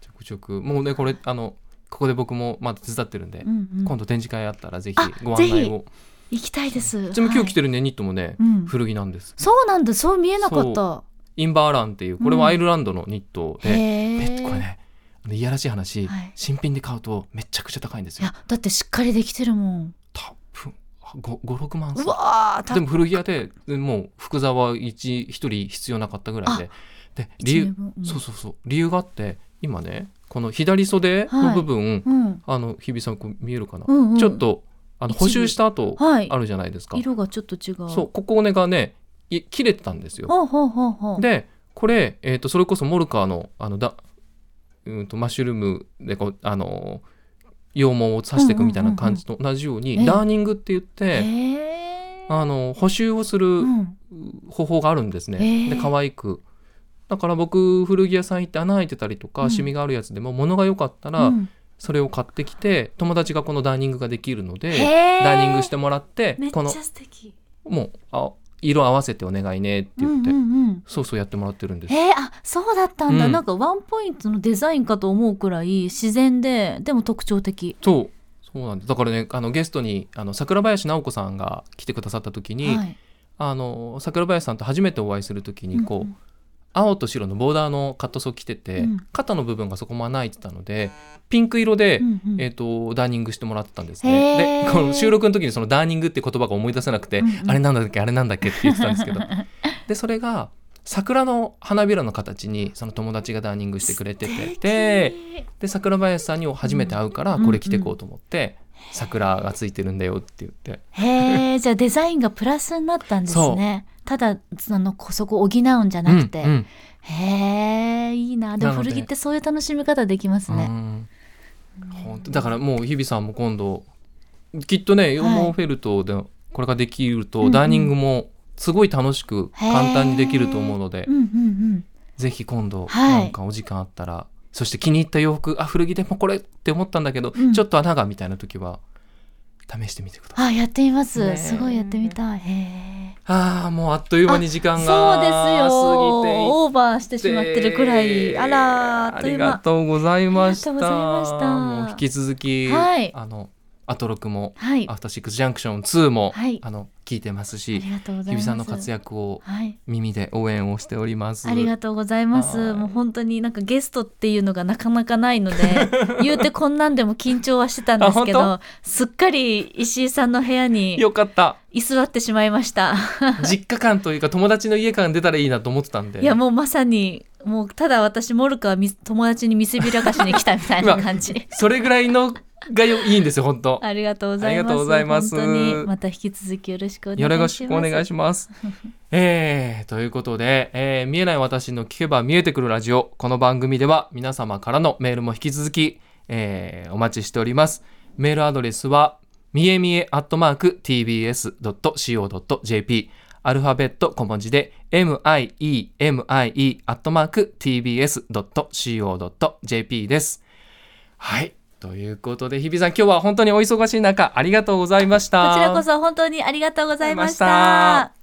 Speaker 2: ちょくちょくもうねこれあのここで僕もまだ手伝ってるんで、
Speaker 3: うんうん
Speaker 2: 今度展示会あったらぜひ
Speaker 3: あ
Speaker 2: ご案内を
Speaker 3: 行きたいです。
Speaker 2: ちなみに今日着
Speaker 3: て、
Speaker 2: てるねニットもね、
Speaker 3: はいうん
Speaker 2: 古着なんです
Speaker 3: そうなんだ、そう見えなかった
Speaker 2: そ。インバーランっていうこれ
Speaker 3: うん
Speaker 2: はアイルランドのニット
Speaker 3: へ
Speaker 2: で、
Speaker 3: え。
Speaker 2: えこれねあのいやらしい話、
Speaker 3: はい
Speaker 2: 新品で買うとめちゃくちゃ高いんです
Speaker 3: い
Speaker 2: よ
Speaker 3: や、だってしっかりできてるもん。
Speaker 2: 多分56万す
Speaker 3: う
Speaker 2: る
Speaker 3: わー、た
Speaker 2: でも古着屋ででもう福沢は一一人必要なかったぐらいでで理
Speaker 3: 一
Speaker 2: 由
Speaker 3: 年分うん
Speaker 2: そうそうそう理由があって今ねこの左袖の部分、
Speaker 3: うん。
Speaker 2: あの日比さんこう見えるかな、
Speaker 3: うんうん
Speaker 2: ちょっとあの
Speaker 3: 一部
Speaker 2: 補修した後
Speaker 3: はい
Speaker 2: あるじゃないですか、
Speaker 3: 色がちょっと違う。
Speaker 2: そうここねがねい切れてたんですよ
Speaker 3: ほうほうほうほう。
Speaker 2: でこれ、えー、とそれこそモルカーのあのだうーんとマッシュルームでこうあのー羊毛を刺していくみたいな感じと同じように、
Speaker 3: ええ
Speaker 2: ダーニングって言っ
Speaker 3: へ
Speaker 2: て、
Speaker 3: え。
Speaker 2: あの補修をする
Speaker 3: うん
Speaker 2: 方法があるんですね、
Speaker 3: ええ
Speaker 2: で可愛くだから僕古着屋さん行って穴開いてたりとか、
Speaker 3: うん
Speaker 2: シミがあるやつでも物が良かったら、
Speaker 3: うん
Speaker 2: それを買ってきて友達がこのダーニングができるので
Speaker 3: へー
Speaker 2: ダーニングしてもらって
Speaker 3: めっち
Speaker 2: この
Speaker 3: ゃ素敵。
Speaker 2: もうあ色合わせてお願いねって言って、
Speaker 3: うんうんうん
Speaker 2: そうそうやってもらってるんです。
Speaker 3: へえあそうだったんだ、
Speaker 2: うん
Speaker 3: なんかワンポイントのデザインかと思うくらい自然ででも特徴的
Speaker 2: そうそうなんですだからねあのゲストにあの桜林直子さんが来てくださった時に、
Speaker 3: はい、
Speaker 2: あの桜林さんと初めてお会いする時にこう、
Speaker 3: うんうん
Speaker 2: 青と白のボーダーのカットソー着てて、
Speaker 3: うん
Speaker 2: 肩の部分がそこも穴開いてたのでピンク色で、
Speaker 3: うんうん
Speaker 2: えー、とダーニングしてもらってたんです
Speaker 3: へ
Speaker 2: ね。
Speaker 3: ー
Speaker 2: でこの収録の時にそのダーニングって言葉が思い出せなくて、
Speaker 3: うんうん
Speaker 2: あれなんだっけあれなんだっけって言ってたんです
Speaker 3: <laughs>
Speaker 2: けどでそれが桜の花びらの形にその友達がダーニングしてくれててでで桜林さんにも初めて会うから
Speaker 3: うん
Speaker 2: これ着てこうと思って、桜がついてるんだよって言って
Speaker 3: へえじゃあデザインがプラスになったんですねただそのそこを補うんじゃなくて、
Speaker 2: うんうん
Speaker 3: へえいいなでも
Speaker 2: なので
Speaker 3: 古着ってそういう楽しみ方できますね、
Speaker 2: うん本当だからもう日比さんも今度きっとね羊毛フェルトでこれができると、
Speaker 3: うんうん
Speaker 2: ダーニングもすごい楽しく
Speaker 3: へー
Speaker 2: 簡単にできると思うので
Speaker 3: うんうんうん
Speaker 2: ぜひ今度
Speaker 3: はい
Speaker 2: なんかお時間あったら、そして気に入った洋服あ古着でもこれって思ったんだけど、
Speaker 3: うん
Speaker 2: ちょっと穴がみたいな時は試してみてください。
Speaker 3: あやってみます、
Speaker 2: ねえ
Speaker 3: すごいやってみたいへえ
Speaker 2: ああ、もうあっという間に時間が
Speaker 3: そうですよ
Speaker 2: 過ぎていって
Speaker 3: オーバーしてしまってるくらいあらあっ
Speaker 2: あ
Speaker 3: とい
Speaker 2: り
Speaker 3: う
Speaker 2: が
Speaker 3: 間
Speaker 2: とうございました。
Speaker 3: ありがとうございました
Speaker 2: もう引き続き、
Speaker 3: はい
Speaker 2: あのアトロクも、
Speaker 3: はい
Speaker 2: ア
Speaker 3: あ
Speaker 2: フターシックスジャンクション2も、
Speaker 3: はい
Speaker 2: あの聞いてますし、
Speaker 3: りがとうござ
Speaker 2: 日
Speaker 3: いま
Speaker 2: 比
Speaker 3: す
Speaker 2: さんの活躍を
Speaker 3: はい
Speaker 2: 耳で応援をしております。
Speaker 3: ありがとうございます。
Speaker 2: はい
Speaker 3: もう本当になんかゲストっていうのがなかなかない
Speaker 2: <laughs>
Speaker 3: ので、言うてこんなんでも緊張はしてたんですけ
Speaker 2: あ本
Speaker 3: ど、すっかり石井さんの部屋に
Speaker 2: よか
Speaker 3: <laughs>
Speaker 2: った。
Speaker 3: 居座ってしまいました。
Speaker 2: 実家感というか友達の家感出たらいいなと思ってたんで。
Speaker 3: いやもうまさに、もうただ私モルカはみ友達に見せびらかしに来たみたいな感じ。
Speaker 2: それぐらいのがよいいんですよ本当。
Speaker 3: ありがとうござい
Speaker 2: あり
Speaker 3: ます。
Speaker 2: がとうございます
Speaker 3: 本当にまた引き続きよろしくお願いし
Speaker 2: よ
Speaker 3: ます。
Speaker 2: ろしくお願いします。えー、ということで、えー見えない私の聞けば見えてくるラジオ、この番組では皆様からのメールも引き続き、えーお待ちしております。メールアドレスは、みえみえアットマーク tbs.co.jp アルファベット小文字で miemie アットマーク tbs.co.jp です。はい。ということで、日比さん、今日は本当にお忙しい中、ありがとうございました。
Speaker 3: こちらこそ本当にありがとうございました。
Speaker 2: ありがとうございました